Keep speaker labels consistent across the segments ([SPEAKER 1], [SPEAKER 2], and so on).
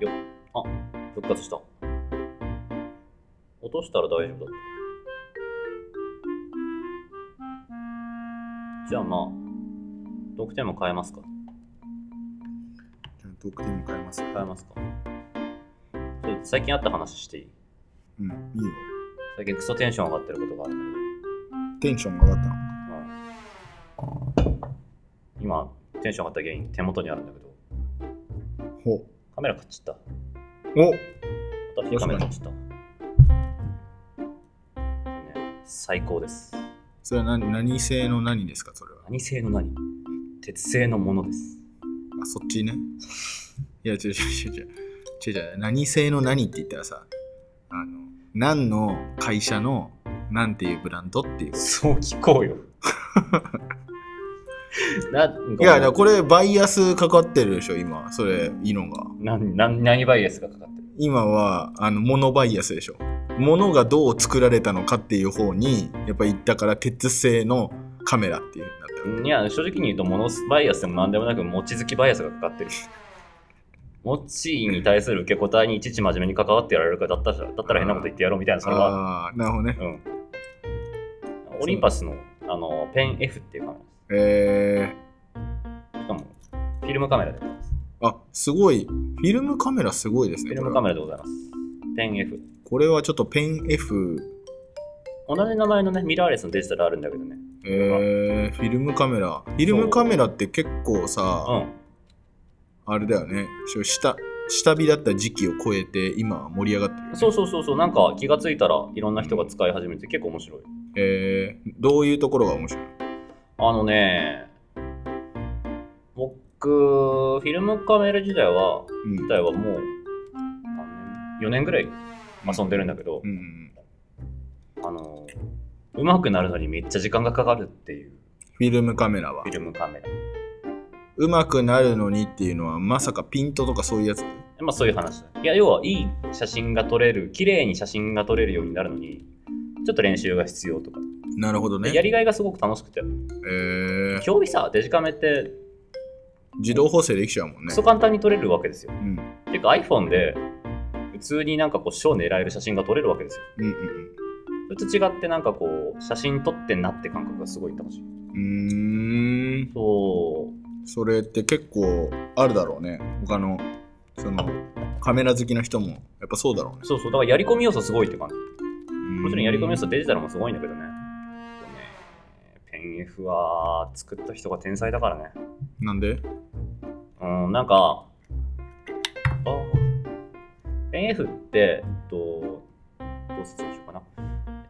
[SPEAKER 1] よあ復活した落としたら大丈夫だったじゃあまあ得点も変えますか
[SPEAKER 2] じゃあ得点も変えます。
[SPEAKER 1] 変えますかちょっと最近あった話していい
[SPEAKER 2] うん、いいよ。
[SPEAKER 1] 最近クソテンション上がってることがあるんだ
[SPEAKER 2] テンションが上がったの。
[SPEAKER 1] けど、うん今テンション上がった原因手元にあるんだけど
[SPEAKER 2] ほ
[SPEAKER 1] カメラ買っちゃっ
[SPEAKER 2] う。お
[SPEAKER 1] た新しいカメラ買っちゃった、ね、最高です
[SPEAKER 2] それは何何製の何ですか、それは。
[SPEAKER 1] 何製の何鉄製のものです
[SPEAKER 2] あ、そっちね。いや、違う違う違う違う。違う違う。何製の何って言ったらさ、あの、何の会社の何ていうブランドっていう。
[SPEAKER 1] そう聞こうよ なん
[SPEAKER 2] いや、だからこれバイアスかかってるでしょ、今。それ、いいのが。
[SPEAKER 1] なんなん何バイアスがかかってる
[SPEAKER 2] 今は、あの、モノバイアスでしょ。ものがどう作られたのかっていう方に、やっぱ行ったから、鉄製のカメラっていう風になったよ
[SPEAKER 1] いや正直に言うとモノバイアスでも何でもなく望月バイアスがかか ってるモッチーに対する受け答えにいちいち真面目に関わってやられるかだったらだったら変なこと言ってやろうみたいなそれは
[SPEAKER 2] ああー、なるほどね。
[SPEAKER 1] うんオリンパスのあのペン F っていうカメ
[SPEAKER 2] え
[SPEAKER 1] ラしかもフィルムカメラでございます
[SPEAKER 2] ー、あ、すごい。フィルムカメラすごいです
[SPEAKER 1] フ
[SPEAKER 2] ね。
[SPEAKER 1] ィルムカメラでございますペン F
[SPEAKER 2] これはちょっとペン F、
[SPEAKER 1] 同じ名前のねミラーレスのデジタルあるんだけどね
[SPEAKER 2] えー、フィルムカメラ。フィルムカメラって結構
[SPEAKER 1] う
[SPEAKER 2] さ、
[SPEAKER 1] ん
[SPEAKER 2] あれだよね。しょ下、下火だった時期を超えて、今は盛り上がってる。
[SPEAKER 1] そうそうそうそうなんか気がついたらいろんな人が使い始めて結構面白い
[SPEAKER 2] えー、どういうところが面白い
[SPEAKER 1] あのね僕フィルムカメラ時代は
[SPEAKER 2] うん
[SPEAKER 1] 時代はもう何年4年ぐらい遊んでるんだけど、
[SPEAKER 2] うんうん。
[SPEAKER 1] あのうまくなるのにめっちゃ時間がかかるっていう
[SPEAKER 2] フィルムカメラは
[SPEAKER 1] フィ。ルムカメラ
[SPEAKER 2] うまくなるのにっていうのは、まさかピントとかそういうやつ
[SPEAKER 1] まあそういう話だいや要はいい写真が撮れる綺麗に写真が撮れるようになるのにちょっと練習が必要とか、
[SPEAKER 2] なるほどね。
[SPEAKER 1] やりがいがすごく楽しくて
[SPEAKER 2] えー、
[SPEAKER 1] 競技さデジカメって
[SPEAKER 2] 自動補正できちゃうもん
[SPEAKER 1] ク
[SPEAKER 2] ね
[SPEAKER 1] ソ。簡単に撮れるわけですよ
[SPEAKER 2] うん。うん
[SPEAKER 1] ていうか iPhone で普通になんかこう賞狙える写真が撮れるわけですよ。
[SPEAKER 2] うん
[SPEAKER 1] それと違ってなんかこう写真撮ってんなって感覚がすごい楽しい。
[SPEAKER 2] うん。うーん。
[SPEAKER 1] そ
[SPEAKER 2] それって結構あるだろうね他のそのカメラ好きの人もやっぱそうだろ
[SPEAKER 1] う
[SPEAKER 2] うね
[SPEAKER 1] そうそうだからやり込み要素すごいって感じ。
[SPEAKER 2] も
[SPEAKER 1] もちろんやり込み要素デジタルもすごいんだけどね。そうねペン F は作った人が天才だからね。
[SPEAKER 2] なんで
[SPEAKER 1] うんなんかあペン F って、えっと、どう説明しようかな。えっ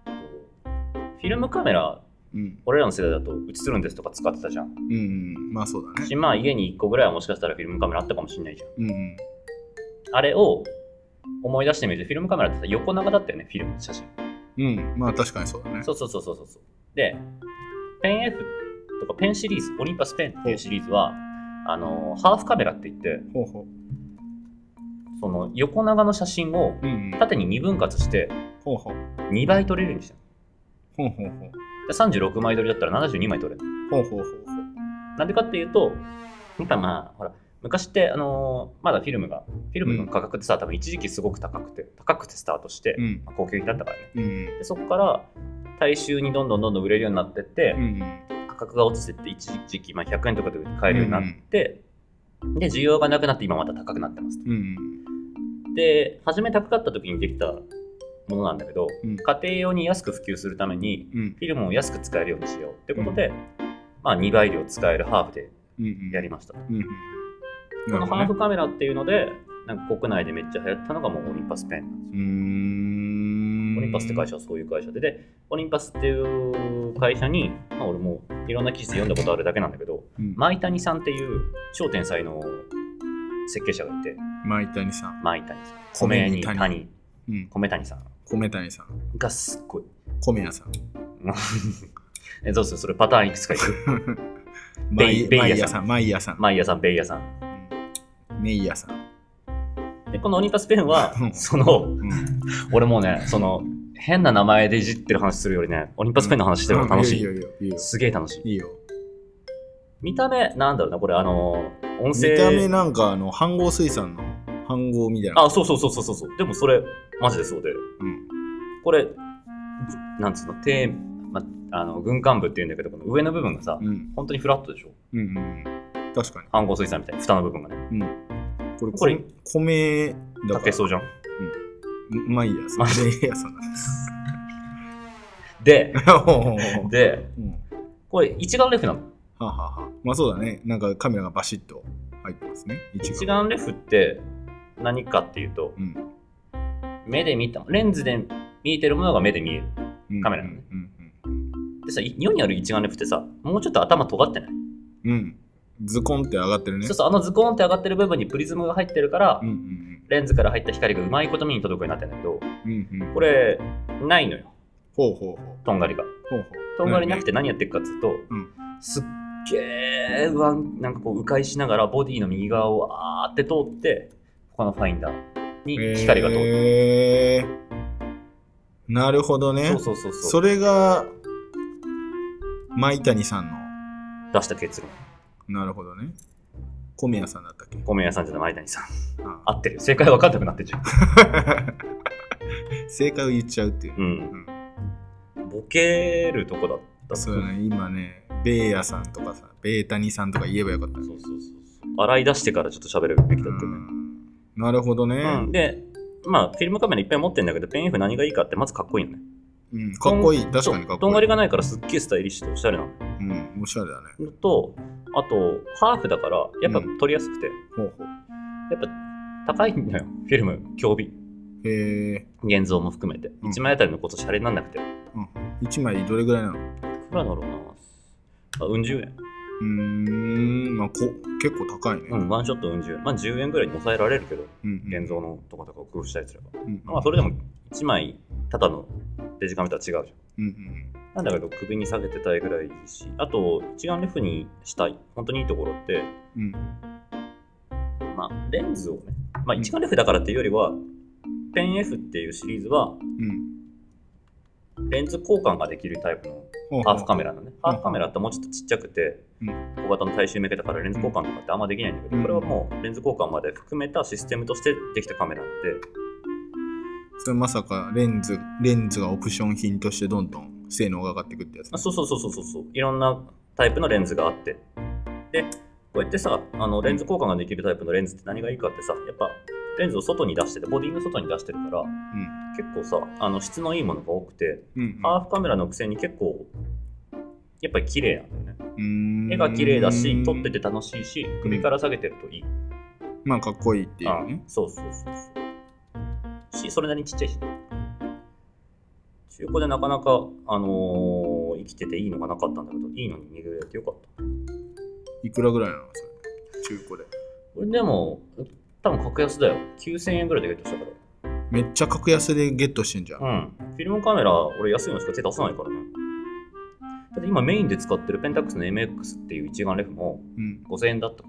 [SPEAKER 1] とフィルムカメラ
[SPEAKER 2] うん
[SPEAKER 1] 俺らの世代だと映するんですとか使ってたじゃん。
[SPEAKER 2] うんうんまあそうだね
[SPEAKER 1] し、まあ家に1個ぐらいはもしかしたらフィルムカメラあったかもしれないじゃん。
[SPEAKER 2] うんうん
[SPEAKER 1] あれを思い出してみると、フィルムカメラってさ横長だったよね、フィルムの写真。
[SPEAKER 2] うんまあ確かにそうだね
[SPEAKER 1] そうそうそうそうそう。で、ペン F とかペンシリーズ、オリンパスペンっていうシリーズは、あのーハーフカメラって言って、
[SPEAKER 2] ほうほ
[SPEAKER 1] その横長の写真を
[SPEAKER 2] ううんうん
[SPEAKER 1] 縦に2分割して
[SPEAKER 2] ほうほう
[SPEAKER 1] 2倍撮れるようにしたの
[SPEAKER 2] ほうほうほう
[SPEAKER 1] で36枚撮りだったら72枚撮れる。
[SPEAKER 2] ほうほうほう
[SPEAKER 1] なんでかっていうと、なんかまあ、ほら、昔って、あのーまだフィルムが、フィルムの価格ってさ、多分一時期すごく高くて、高くてスタートして、
[SPEAKER 2] うん
[SPEAKER 1] まあ高級品だったからね。
[SPEAKER 2] うんうん
[SPEAKER 1] でそこから大衆にどんどんどんどん売れるようになってって、
[SPEAKER 2] うん
[SPEAKER 1] 価格が落ちてって一時期、まあ、100円とかで買えるようになって、で需要がなくなって今また高くなってますと
[SPEAKER 2] うんうん
[SPEAKER 1] で初め高かった時にできたものなんだけど、
[SPEAKER 2] うん
[SPEAKER 1] 家庭用に安く普及するために
[SPEAKER 2] うん
[SPEAKER 1] フィルムを安く使えるようにしようってことで、まあ、2倍量使えるハーフで
[SPEAKER 2] うん
[SPEAKER 1] やりましたと、
[SPEAKER 2] うんうん
[SPEAKER 1] こ
[SPEAKER 2] なる
[SPEAKER 1] の
[SPEAKER 2] ほ
[SPEAKER 1] ハー
[SPEAKER 2] ど
[SPEAKER 1] フ
[SPEAKER 2] ね
[SPEAKER 1] カメラっていうのでなんか国内でめっちゃ流行ったのがもうオリンパスペンなんですよ
[SPEAKER 2] うーん
[SPEAKER 1] オリンパスって会社はそういう会社で、で、オリンパスっていう会社に、まあ、俺もいろんな記事で読んだことあるだけなんだけど、
[SPEAKER 2] うん
[SPEAKER 1] マイタニさんっていう超天才の設計者がいて、
[SPEAKER 2] マイタニさん
[SPEAKER 1] マイタニさん、
[SPEAKER 2] 米
[SPEAKER 1] 米
[SPEAKER 2] に
[SPEAKER 1] に
[SPEAKER 2] 谷
[SPEAKER 1] 谷、
[SPEAKER 2] うん
[SPEAKER 1] 米谷さん
[SPEAKER 2] 米谷さん
[SPEAKER 1] がすっごい。
[SPEAKER 2] 米谷さん
[SPEAKER 1] えどうするそれパターンいくつかい く。
[SPEAKER 2] マイ
[SPEAKER 1] ベイ
[SPEAKER 2] マイ
[SPEAKER 1] ヤ
[SPEAKER 2] ヤ
[SPEAKER 1] さ
[SPEAKER 2] さんマイヤさん
[SPEAKER 1] マイヤさん、ベイヤさん。
[SPEAKER 2] うんメイヤさん
[SPEAKER 1] で、このオリンパスペンは
[SPEAKER 2] う、ん
[SPEAKER 1] その、
[SPEAKER 2] うん
[SPEAKER 1] 俺もうね、その、変な名前でいじってる話するよりね、オリンパスペンの話してる方が楽し
[SPEAKER 2] いいよ
[SPEAKER 1] い。
[SPEAKER 2] いいよいいよ
[SPEAKER 1] すげえ楽しい。
[SPEAKER 2] いいよ
[SPEAKER 1] 見た目、なんだろうな、これ、あの、音
[SPEAKER 2] 見た目
[SPEAKER 1] 声、
[SPEAKER 2] なんかあの半合水産の飯号みたいな。
[SPEAKER 1] あ、そうそうそうそうそうそう。でもそれ、マジでそうで。
[SPEAKER 2] うん。
[SPEAKER 1] これ、ぶなんつうの、テーマ、まあの、軍艦部っていうんだけど、この上の部分がさ、
[SPEAKER 2] うん。
[SPEAKER 1] 本当にフラットでしょ
[SPEAKER 2] うんうんうん。確かに。
[SPEAKER 1] 暗号水産みたいな、蓋の部分がね。
[SPEAKER 2] うん。これ、
[SPEAKER 1] これ
[SPEAKER 2] こ米だから。
[SPEAKER 1] 竹そうじゃん。
[SPEAKER 2] うんまあいいや、そ
[SPEAKER 1] まあ
[SPEAKER 2] れでいいや、そんな。
[SPEAKER 1] で、
[SPEAKER 2] おうおうおう
[SPEAKER 1] で、
[SPEAKER 2] うん
[SPEAKER 1] これ一眼レフなの。
[SPEAKER 2] はあはあはあまあそうだね。なんかカメラがバシッと入ってますね。一
[SPEAKER 1] 一眼
[SPEAKER 2] 眼。
[SPEAKER 1] レフって何かっていうと、
[SPEAKER 2] うん
[SPEAKER 1] 目で見た、レンズで見えてるものが目で見える。
[SPEAKER 2] うん
[SPEAKER 1] カメラのね
[SPEAKER 2] うんうん
[SPEAKER 1] でさ、い日本にある一眼レフってさ、もうちょっと頭尖ってない、
[SPEAKER 2] うん。うん。ズコンって上がってるね。
[SPEAKER 1] そうそう、あのズコーンって上がってる部分にプリズムが入ってるから、
[SPEAKER 2] うんうん
[SPEAKER 1] レンズから入った光がうまいこと目に届くようになってるんだけど、
[SPEAKER 2] うん。うんうん。
[SPEAKER 1] これ、ないのよ、
[SPEAKER 2] ほうほうほう。
[SPEAKER 1] とんがりが。
[SPEAKER 2] ほうほう。
[SPEAKER 1] とんがりなくて何やってるかっつうと、
[SPEAKER 2] うん
[SPEAKER 1] すっげえ、うわなんかこう、迂回しながらボディの右側をあーって通って、他のファインダーに光が通る。
[SPEAKER 2] えー、なるほどね。
[SPEAKER 1] そうそうそうそう。
[SPEAKER 2] それが、舞谷さんの、
[SPEAKER 1] 出した結論。
[SPEAKER 2] なるほどね。小宮さんだったっけ
[SPEAKER 1] ごめんやさんじゃない、前谷さん。合
[SPEAKER 2] あ
[SPEAKER 1] ってる。正解分かんなくなってんじゃん。
[SPEAKER 2] 正解を言っちゃうっていう。
[SPEAKER 1] うん。
[SPEAKER 2] うん
[SPEAKER 1] ボケるとこだった。
[SPEAKER 2] そうだね、今ね、ベーヤさんとかさ、ベータニさんとか言えばよかった。
[SPEAKER 1] そうそうそうそう。洗い出してからちょっと喋るべきだったよね。
[SPEAKER 2] うんなるほどね。
[SPEAKER 1] うん、で、まあ、フィルムカメラいっぱい持ってんだけど、ペン F 何がいいかって、まずかっこいいよね。
[SPEAKER 2] うんかっこいい。確
[SPEAKER 1] そう
[SPEAKER 2] かにかっ
[SPEAKER 1] とん
[SPEAKER 2] こ
[SPEAKER 1] が
[SPEAKER 2] い
[SPEAKER 1] り
[SPEAKER 2] い。
[SPEAKER 1] がないからすっげえスタイリッシュでおしゃれな
[SPEAKER 2] うん、おしゃれだね。
[SPEAKER 1] のと、あと、ハーフだから、やっぱ撮りやすくて、
[SPEAKER 2] ほうほう。
[SPEAKER 1] やっぱ高いんだよ、フィルム、競技。
[SPEAKER 2] へえ。
[SPEAKER 1] 現像も含めて。
[SPEAKER 2] うん
[SPEAKER 1] 1枚あたりのことシャレになんなくて。い
[SPEAKER 2] 1枚どれぐらいなのう
[SPEAKER 1] くらだろうな。あ、うん十円。
[SPEAKER 2] ーん、まあこ、結構高いね。
[SPEAKER 1] うん、ワンショットうん十円。まあ10円ぐらいに抑えられるけど、
[SPEAKER 2] うんうん
[SPEAKER 1] 現像のとことかを工夫したりすれば。
[SPEAKER 2] うん
[SPEAKER 1] まあ、それでも1枚、ただのデジカメとは違うじゃん。
[SPEAKER 2] うんうん
[SPEAKER 1] なんだけど、首に下げてたいぐらいいいし、あと、一眼レフにしたい、本当にいいところって、
[SPEAKER 2] うん
[SPEAKER 1] まあ、レンズをね、まあ、一眼レフだからっていうよりは、ペン F っていうシリーズは、
[SPEAKER 2] うん
[SPEAKER 1] レンズ交換ができるタイプの
[SPEAKER 2] ほうほ
[SPEAKER 1] ハ
[SPEAKER 2] う
[SPEAKER 1] ーフカメラのね、ハーフカメラってもうちょっとちっちゃくて
[SPEAKER 2] うん、
[SPEAKER 1] 小型の大衆向けだからレンズ交換とかってあんまできないんだけ
[SPEAKER 2] う
[SPEAKER 1] ど、
[SPEAKER 2] ん
[SPEAKER 1] これはもうレンズ交換まで含めたシステムとしてできたカメラなんで、
[SPEAKER 2] それまさかレンズレンズがオプション品としてどんどん性能が上がってくってやつ、
[SPEAKER 1] あそうそうそうそうそうそういろんなタイプのレンズがあってでこうやってさあのレンズ交換ができるタイプのレンズって何がいいかってさやっぱレンズを外に出しててボディの外に出してるから
[SPEAKER 2] う
[SPEAKER 1] 結構さあの質のいいものが多くて
[SPEAKER 2] んうん
[SPEAKER 1] ハーフカメラのくせに結構やっぱり綺麗なんだよね
[SPEAKER 2] うん
[SPEAKER 1] 絵が綺麗だし撮ってて楽しいし首から下げてるといい、
[SPEAKER 2] まあかっこいいっていうね
[SPEAKER 1] あそうそうそうそうしそれなりにちっちゃいし中古でなかなか、あのー生きてていいのがなかったんだけどいいのに巡り合えてよかった
[SPEAKER 2] いくらぐらいなのそれ中古で
[SPEAKER 1] これでも多分格安だよ9000円ぐらいでゲットしたか
[SPEAKER 2] めっちゃ格安でゲットしてんじゃん、
[SPEAKER 1] らうんフィルムカメラ俺安いのしか手出さないからねだって今メインで使ってるペンタックスの MX っていう一眼レフも
[SPEAKER 2] うん
[SPEAKER 1] 5000円だったか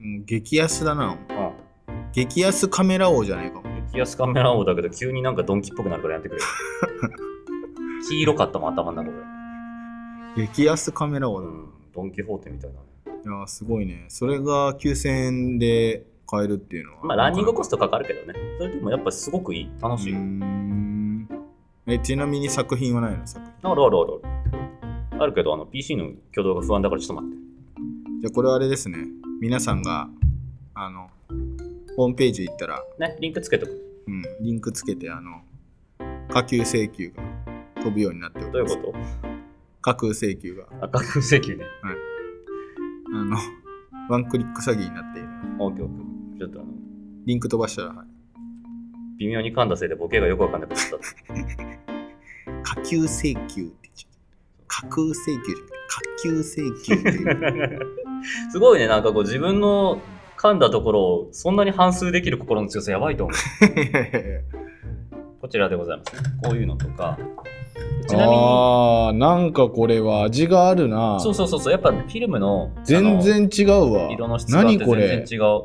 [SPEAKER 2] うん激安だな
[SPEAKER 1] ら
[SPEAKER 2] 激安カメラ王じゃないかも
[SPEAKER 1] うん激安カメラ王だけど急になんかドンキっぽくなるからやめてく れ黄色かったもん頭の中が
[SPEAKER 2] 激安カメラ王
[SPEAKER 1] う
[SPEAKER 2] だ、
[SPEAKER 1] んドン・キホーテみたいなね
[SPEAKER 2] いやすごいねそれが9000円で買えるっていうのは
[SPEAKER 1] まあランニングコストかかるけどねそれでもやっぱすごくいい楽しい、
[SPEAKER 2] うーんえちなみに作品はないの作品
[SPEAKER 1] あるあるあるあるあるけどあの PC の挙動が不安だからちょっと待って
[SPEAKER 2] じゃあこれはあれですね皆さんがあのホームページ行ったら、
[SPEAKER 1] ねリンクつけとく
[SPEAKER 2] うん、リンクつけてあの下級請求が飛ぶようになっており
[SPEAKER 1] どうい
[SPEAKER 2] ます
[SPEAKER 1] うこと
[SPEAKER 2] 架空請求が
[SPEAKER 1] 赤く請求ね。
[SPEAKER 2] あのワンクリック詐欺になっている
[SPEAKER 1] オーケーオーケー。ちょっとあの、
[SPEAKER 2] リンク飛ばしたら、はい
[SPEAKER 1] 微妙に噛んだせいでボケがよくわかんなくなった。
[SPEAKER 2] 下級請求って言っちゃった架空請求じゃなくて下級請求っ ていう
[SPEAKER 1] すごいね、なんかこう自分の噛んだところをそんなに反数できる心の強さやばいと思う。
[SPEAKER 2] いやいやいや
[SPEAKER 1] こちらでございますね。こういうのとか。ちなみに、
[SPEAKER 2] あーなんかこれは味があるな
[SPEAKER 1] そうそうそうそう、やっぱフィルムの
[SPEAKER 2] 全然違う
[SPEAKER 1] あの
[SPEAKER 2] わ
[SPEAKER 1] 色の質があって
[SPEAKER 2] 何こ
[SPEAKER 1] 全
[SPEAKER 2] れ
[SPEAKER 1] 然違う。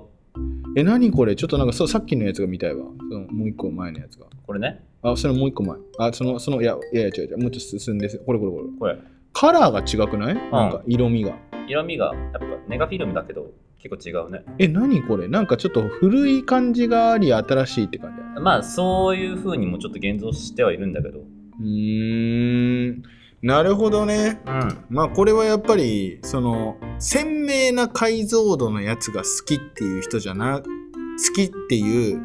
[SPEAKER 2] え何これちょっとなんかそうさっきのやつが見たいわそのもう一個前のやつが
[SPEAKER 1] これね、
[SPEAKER 2] あそれもう一個前あそのそのいやいやいや違う違うもうちょっと進んでこれこれこれ
[SPEAKER 1] これ。
[SPEAKER 2] カラーが違くない、なんか色味が
[SPEAKER 1] 色味がやっぱネガフィルムだけど、結構違うね。
[SPEAKER 2] え、何これなんかちょっと古い感じがあり、新しいって感じだね。
[SPEAKER 1] まあ、そういう風にもちょっと現像してはいるんだけど。
[SPEAKER 2] うーん。なるほどね。
[SPEAKER 1] うん。
[SPEAKER 2] まあこれはやっぱりその鮮明な解像度のやつが好きっていう人じゃな好きっていう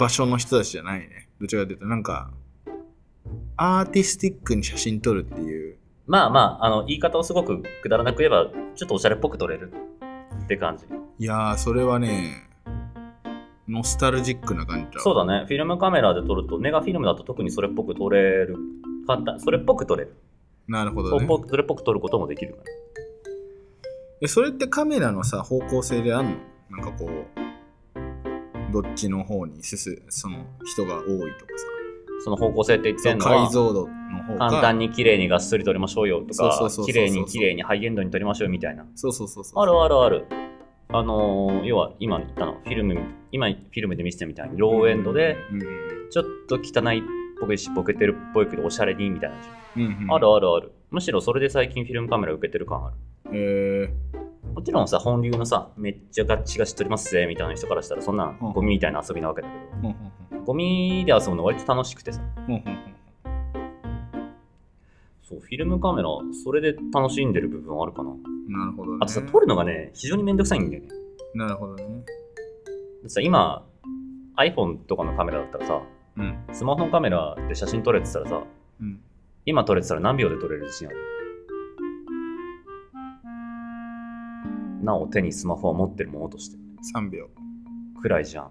[SPEAKER 2] 場所の人たちじゃないねどちらかというとなんかアーティスティックに写真撮るっていう
[SPEAKER 1] まあまあ、あの、言い方をすごくくだらなく言えば、ちょっとおしゃれっぽく撮れるって感じ。
[SPEAKER 2] いやーそれはねノスタルジックな感じだ
[SPEAKER 1] そう
[SPEAKER 2] だ
[SPEAKER 1] だね。フィルムカメラで撮ると、ネガフィルムだと特にそれっぽく撮れる。簡単。それっぽく撮れる。
[SPEAKER 2] なるほ
[SPEAKER 1] そ
[SPEAKER 2] ど
[SPEAKER 1] う
[SPEAKER 2] ね
[SPEAKER 1] ぽそれっぽく撮ることもできるから。
[SPEAKER 2] えそれってカメラのさ方向性であんのなんかこうどっちの方に進むその人が多いとかさ
[SPEAKER 1] その方向性って言って
[SPEAKER 2] そ
[SPEAKER 1] ん
[SPEAKER 2] う
[SPEAKER 1] の
[SPEAKER 2] 解
[SPEAKER 1] は、
[SPEAKER 2] 像度の方が
[SPEAKER 1] 簡単に綺麗にがっそり撮りましょうよと
[SPEAKER 2] そう
[SPEAKER 1] か
[SPEAKER 2] そうそうそうそう、
[SPEAKER 1] 綺麗に綺麗にハイエンドに撮りましょうよみたいな。
[SPEAKER 2] そうそうそうそう
[SPEAKER 1] あるあるある。あのー要は今言ったの、フィルム、今フィルムで見せたみたいに、ローエンドで、
[SPEAKER 2] うんうん
[SPEAKER 1] ちょっと汚いっぽいし、ボケてるっぽいけど、おしゃれにみたいな。
[SPEAKER 2] うんうん
[SPEAKER 1] あるあるある。むしろそれで最近フィルムカメラ受けてる感ある。
[SPEAKER 2] え
[SPEAKER 1] もちろんさ、本流のさ、めっちゃガッチガチ撮りますぜみたいな人からしたら、そんなん
[SPEAKER 2] うん
[SPEAKER 1] ゴミみたいな遊びなわけだけど、
[SPEAKER 2] ーほん
[SPEAKER 1] ゴミで遊ぶの割と楽しくてさ、
[SPEAKER 2] ほんほんほんほんほん
[SPEAKER 1] そう、フィルムカメラ、それで楽しんでる部分はあるかな。
[SPEAKER 2] なるほどね
[SPEAKER 1] あとさ、撮るのがね、非常にめんどくさいんだよね。だ
[SPEAKER 2] なるほどね
[SPEAKER 1] ってさ、今、iPhone とかのカメラだったらさ、
[SPEAKER 2] うん
[SPEAKER 1] スマホのカメラで写真撮れてたらさ、
[SPEAKER 2] うん
[SPEAKER 1] 今撮れてたら何秒で撮れる自信あるなお手にスマホは持ってるものとして
[SPEAKER 2] 3秒
[SPEAKER 1] くらいじゃん。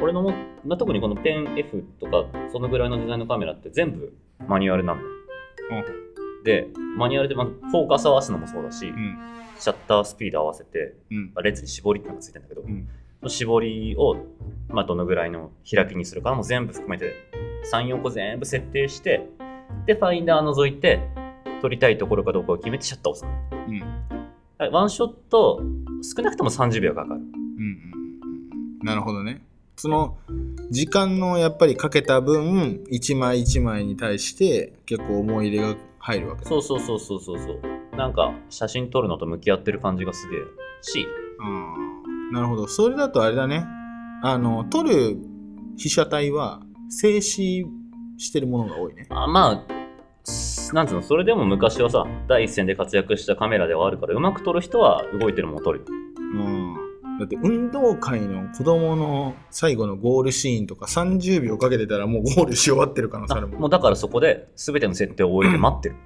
[SPEAKER 1] 俺のも、まあ特にこの 10F とかそのぐらいのデザインのカメラって全部マニュアルなの。で、マニュアルでまあフォーカス合わすのもそうだし、
[SPEAKER 2] うん
[SPEAKER 1] シャッタースピード合わせて、
[SPEAKER 2] うん
[SPEAKER 1] まあレンズに絞りってのがついてんだけど、
[SPEAKER 2] うん
[SPEAKER 1] その絞りを、まあ、どのぐらいの開きにするかも全部含めて34個全部設定してでファインダー覗いて撮りたいところかどうかを決めてシャッターを押す
[SPEAKER 2] うんうん
[SPEAKER 1] はいワンショット少なくとも30秒かかる
[SPEAKER 2] うんなるほどねその時間のやっぱりかけた分一枚一枚に対して結構思い入れが入るわけだ
[SPEAKER 1] そうそうそうそうそうそうなんか写真撮るのと向き合ってる感じがすげえし
[SPEAKER 2] あーなるほどそれだとあれだねあの撮る被写体は静止してるものが多いね
[SPEAKER 1] あまあすなんつうのそれでも昔はさ第一線で活躍したカメラではあるからうまく撮る人は動いてるものを撮るよ
[SPEAKER 2] うんだって運動会の子供の最後のゴールシーンとか30秒かけてたらもうゴールし終わってる可能性あ
[SPEAKER 1] あ
[SPEAKER 2] るもん
[SPEAKER 1] もうだからそこで全ての設定を終えて待ってる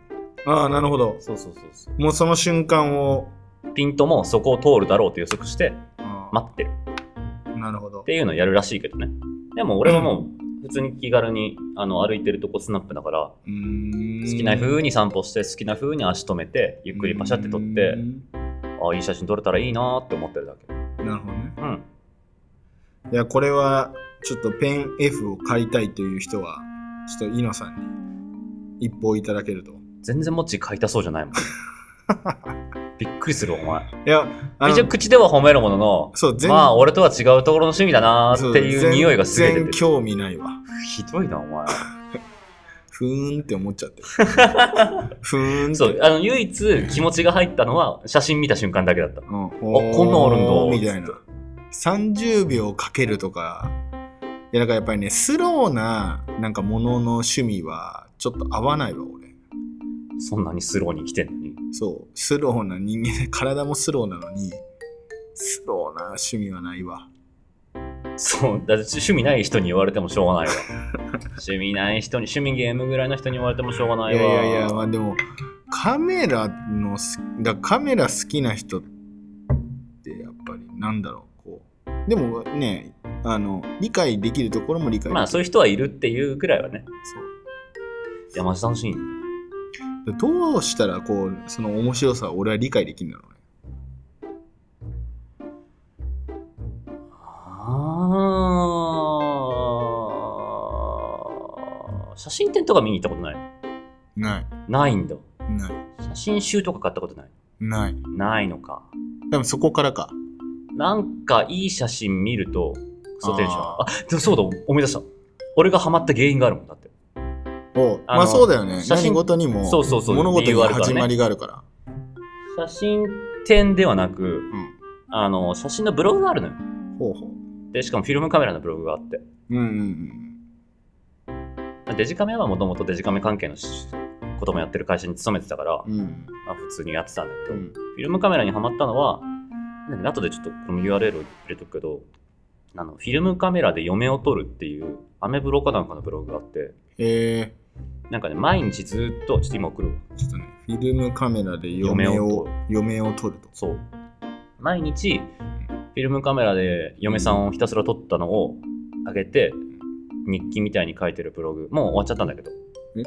[SPEAKER 2] ああなるほど
[SPEAKER 1] そうそうそうそう
[SPEAKER 2] もうその瞬間を
[SPEAKER 1] ピントもそこを通るだろうと予測して
[SPEAKER 2] あ
[SPEAKER 1] 待ってるっ
[SPEAKER 2] ーなるほど
[SPEAKER 1] ていうのをやるらしいけどねでも俺はもう普通に気軽にあの歩いてるとこスナップだから
[SPEAKER 2] うーん
[SPEAKER 1] 好きな風に散歩して好きな風に足止めてゆっくりパシャって撮っ
[SPEAKER 2] う
[SPEAKER 1] て
[SPEAKER 2] ん
[SPEAKER 1] あいい写真撮れたらいいなーって思ってるだけ
[SPEAKER 2] なるほどね
[SPEAKER 1] うん
[SPEAKER 2] いやこれはちょっとペン F を買いたいという人はちょっとイノさんに一報いただけると
[SPEAKER 1] 全然もっち書いたそうじゃ ないもんびっくりするお前
[SPEAKER 2] いやあ
[SPEAKER 1] 一応
[SPEAKER 2] の
[SPEAKER 1] 口では褒めるものの
[SPEAKER 2] そう全
[SPEAKER 1] まあ俺とは違うところの趣味だなーっていう匂いがすげえ出
[SPEAKER 2] 全
[SPEAKER 1] て
[SPEAKER 2] 然
[SPEAKER 1] る
[SPEAKER 2] 興味ないわ
[SPEAKER 1] ひどいなお前
[SPEAKER 2] ふーんって思っちゃっ てるふーんって
[SPEAKER 1] そうあの唯一気持ちが入ったのは写真見た瞬間だけだった
[SPEAKER 2] うん、あ
[SPEAKER 1] こんなんあるんだ
[SPEAKER 2] みたいな
[SPEAKER 1] つっ
[SPEAKER 2] 30秒かけるとかいやだからやっぱりねスローななんかものの趣味はちょっと合わないわ俺
[SPEAKER 1] そんなにスローに来てんのに。
[SPEAKER 2] そうスローな人間で 体もスローなのにスローな趣味はないわ
[SPEAKER 1] そう、だって趣味ない人に言われてもしょうがないわ。 趣味ない人に、趣味ゲームぐらいの人に言われてもしょうがないいわ。
[SPEAKER 2] やいやいやまあでもカメラのすだカメラ好きな人ってやっぱりなんだろうこうでもねあの理解できるところも理解できる、
[SPEAKER 1] まあそういう人はいるっていうくらいはね。
[SPEAKER 2] そう
[SPEAKER 1] いや、マジ楽しい。
[SPEAKER 2] どうしたらこうその面白さを俺は理解できるんだろうね
[SPEAKER 1] あー写真展とか見に行ったことない
[SPEAKER 2] ない
[SPEAKER 1] ないんだ。
[SPEAKER 2] ない
[SPEAKER 1] 写真集とか買ったことない
[SPEAKER 2] ない
[SPEAKER 1] ないのか。
[SPEAKER 2] 多分そこからか
[SPEAKER 1] なんかいい写真見ると、クソテンション。あ
[SPEAKER 2] あ
[SPEAKER 1] でもそうだ、思い出した。俺がハマった原因があるもんだって。
[SPEAKER 2] お
[SPEAKER 1] あの
[SPEAKER 2] まあそうだよね
[SPEAKER 1] 写真
[SPEAKER 2] 何事にも
[SPEAKER 1] そうそうそう
[SPEAKER 2] 物事
[SPEAKER 1] 理
[SPEAKER 2] に
[SPEAKER 1] 由あ
[SPEAKER 2] は
[SPEAKER 1] るからね
[SPEAKER 2] 始まりがあるから
[SPEAKER 1] 写真点ではなく、
[SPEAKER 2] うん
[SPEAKER 1] あの、写真のブログがあるのよ。
[SPEAKER 2] ほうほう
[SPEAKER 1] で、しかもフィルムカメラのブログがあって。
[SPEAKER 2] うんうんうん
[SPEAKER 1] デジカメはもともとデジカメ関係のしこともやってる会社に勤めてたから、
[SPEAKER 2] うん
[SPEAKER 1] まあ、普通にやってたんだけど、
[SPEAKER 2] うん
[SPEAKER 1] フィルムカメラにはまったのは、ね後でちょっとこの URL を入れとくけど、あのフィルムカメラで嫁を撮るっていうアメブロかなんかのブログがあって、
[SPEAKER 2] えー、
[SPEAKER 1] なんかね、毎日ずっと、ちょっと今送るわ
[SPEAKER 2] ちょっとね、フィルムカメラで嫁を嫁を撮ると。
[SPEAKER 1] そう。毎日、フィルムカメラで嫁さんをひたすら撮ったのを上げて、日記みたいに書いてるブログ、もう終わっちゃったんだけど
[SPEAKER 2] え、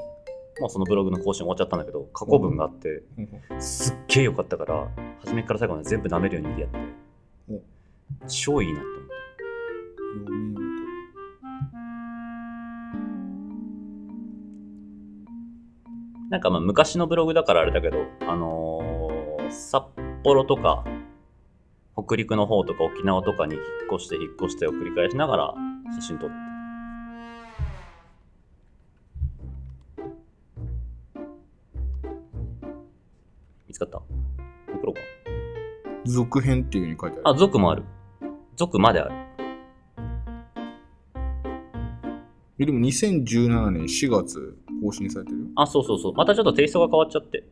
[SPEAKER 1] もうそのブログの更新終わっちゃったんだけど、過去文があって、すっげえ良かったから、初めから最後まで全部舐めるように見てやって
[SPEAKER 2] うん、
[SPEAKER 1] 超いいなって思った。
[SPEAKER 2] 嫁を撮る。
[SPEAKER 1] なんかまあ昔のブログだからあれだけど、あのー札幌とか、北陸の方とか沖縄とかに引っ越して引っ越してを繰り返しながら写真撮って。見つかった送ろうか。
[SPEAKER 2] 続編っていうふうに書いてあ
[SPEAKER 1] あ、
[SPEAKER 2] る。
[SPEAKER 1] 族もある。族まである。
[SPEAKER 2] えでも2017年4月更新されてるよ。
[SPEAKER 1] あ、そうそうそう。またちょっとテイストが変わっちゃって。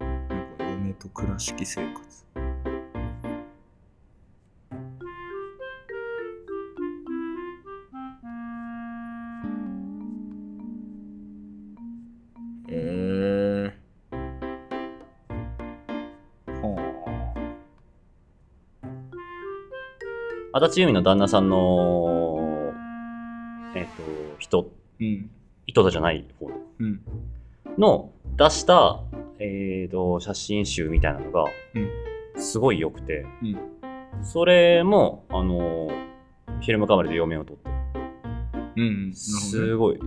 [SPEAKER 2] なんか嫁と倉敷生活。えー。はあ。
[SPEAKER 1] 足立由美の旦那さんの、えっ、と、人、
[SPEAKER 2] うん。
[SPEAKER 1] 糸田じゃない方
[SPEAKER 2] うん。
[SPEAKER 1] の出した、えー、と写真集みたいなのが
[SPEAKER 2] うん
[SPEAKER 1] すごい良くて、
[SPEAKER 2] うん
[SPEAKER 1] それも、あのーフィルムカメラで両面を撮って
[SPEAKER 2] うんうん。なる
[SPEAKER 1] す
[SPEAKER 2] ほ
[SPEAKER 1] ごい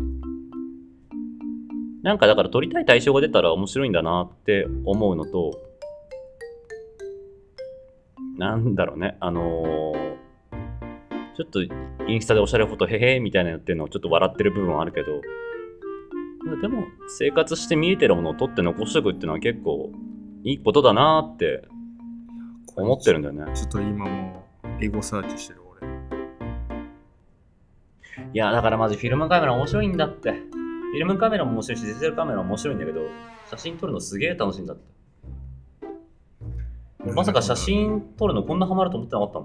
[SPEAKER 1] なんかだから撮りたい対象が出たら面白いんだなって思うのとなんだろうねあのーちょっとインスタでおしゃれフォトへへみたいなのやってるのをちょっと笑ってる部分はあるけどでも生活して見えてるものを撮って残しとくっていうのは結構いいことだなって
[SPEAKER 2] どね。
[SPEAKER 1] 思ってるんだよね
[SPEAKER 2] ちょっと今もうエゴサーチしてる俺。
[SPEAKER 1] いやだからマジフィルムカメラ面白いんだってフィルムカメラも面白いしデジタルカメラも面白いんだけど写真撮るのすげえ楽しいんだって俺まさか写真撮るのこんなハマると思ってなかった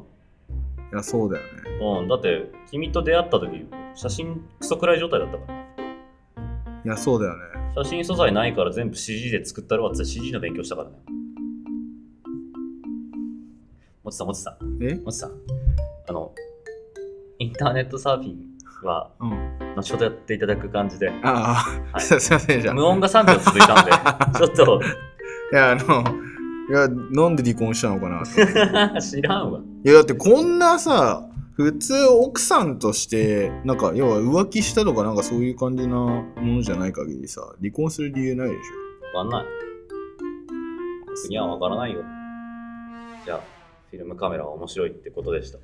[SPEAKER 2] いや、そうだよね。
[SPEAKER 1] もん、うん、だって君と出会った時写真クソ暗い状態だったからね
[SPEAKER 2] いや、そうだよね。
[SPEAKER 1] 写真素材ないから全部 CG で作ったるわっつって CG の勉強したからねもちさんもちさん
[SPEAKER 2] え
[SPEAKER 1] もちさんあのインターネットサーフィンは
[SPEAKER 2] うん。
[SPEAKER 1] 後ほどやっていただく感じで
[SPEAKER 2] ああ、
[SPEAKER 1] はい
[SPEAKER 2] すいませんじゃあ。い
[SPEAKER 1] 無音が3秒続いたんでちょっと
[SPEAKER 2] や、あの、いや、なんで離婚したのかなって。い
[SPEAKER 1] 知らんわ。
[SPEAKER 2] や、だってこんなさ、普通奥さんとして、なんか、要は浮気したとかなんかそういう感じなものじゃない限りさ、離婚する理由ないでし
[SPEAKER 1] わかんない。僕にはわからないよ。じゃあ、フィルムカメラは面白いってことでした。